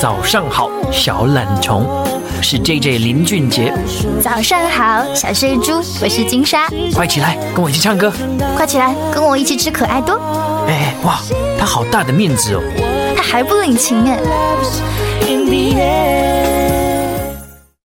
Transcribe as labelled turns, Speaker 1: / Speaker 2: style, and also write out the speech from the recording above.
Speaker 1: 早上好，小懒虫，我是 J J 林俊杰，
Speaker 2: 早上好，小睡猪，我是金莎，
Speaker 1: 快起来，跟我一起唱歌。
Speaker 2: 快起来跟我一起吃可爱多，
Speaker 1: 哎，哇，他好大的面子哦。
Speaker 2: 他还不领情哎。
Speaker 3: in the air.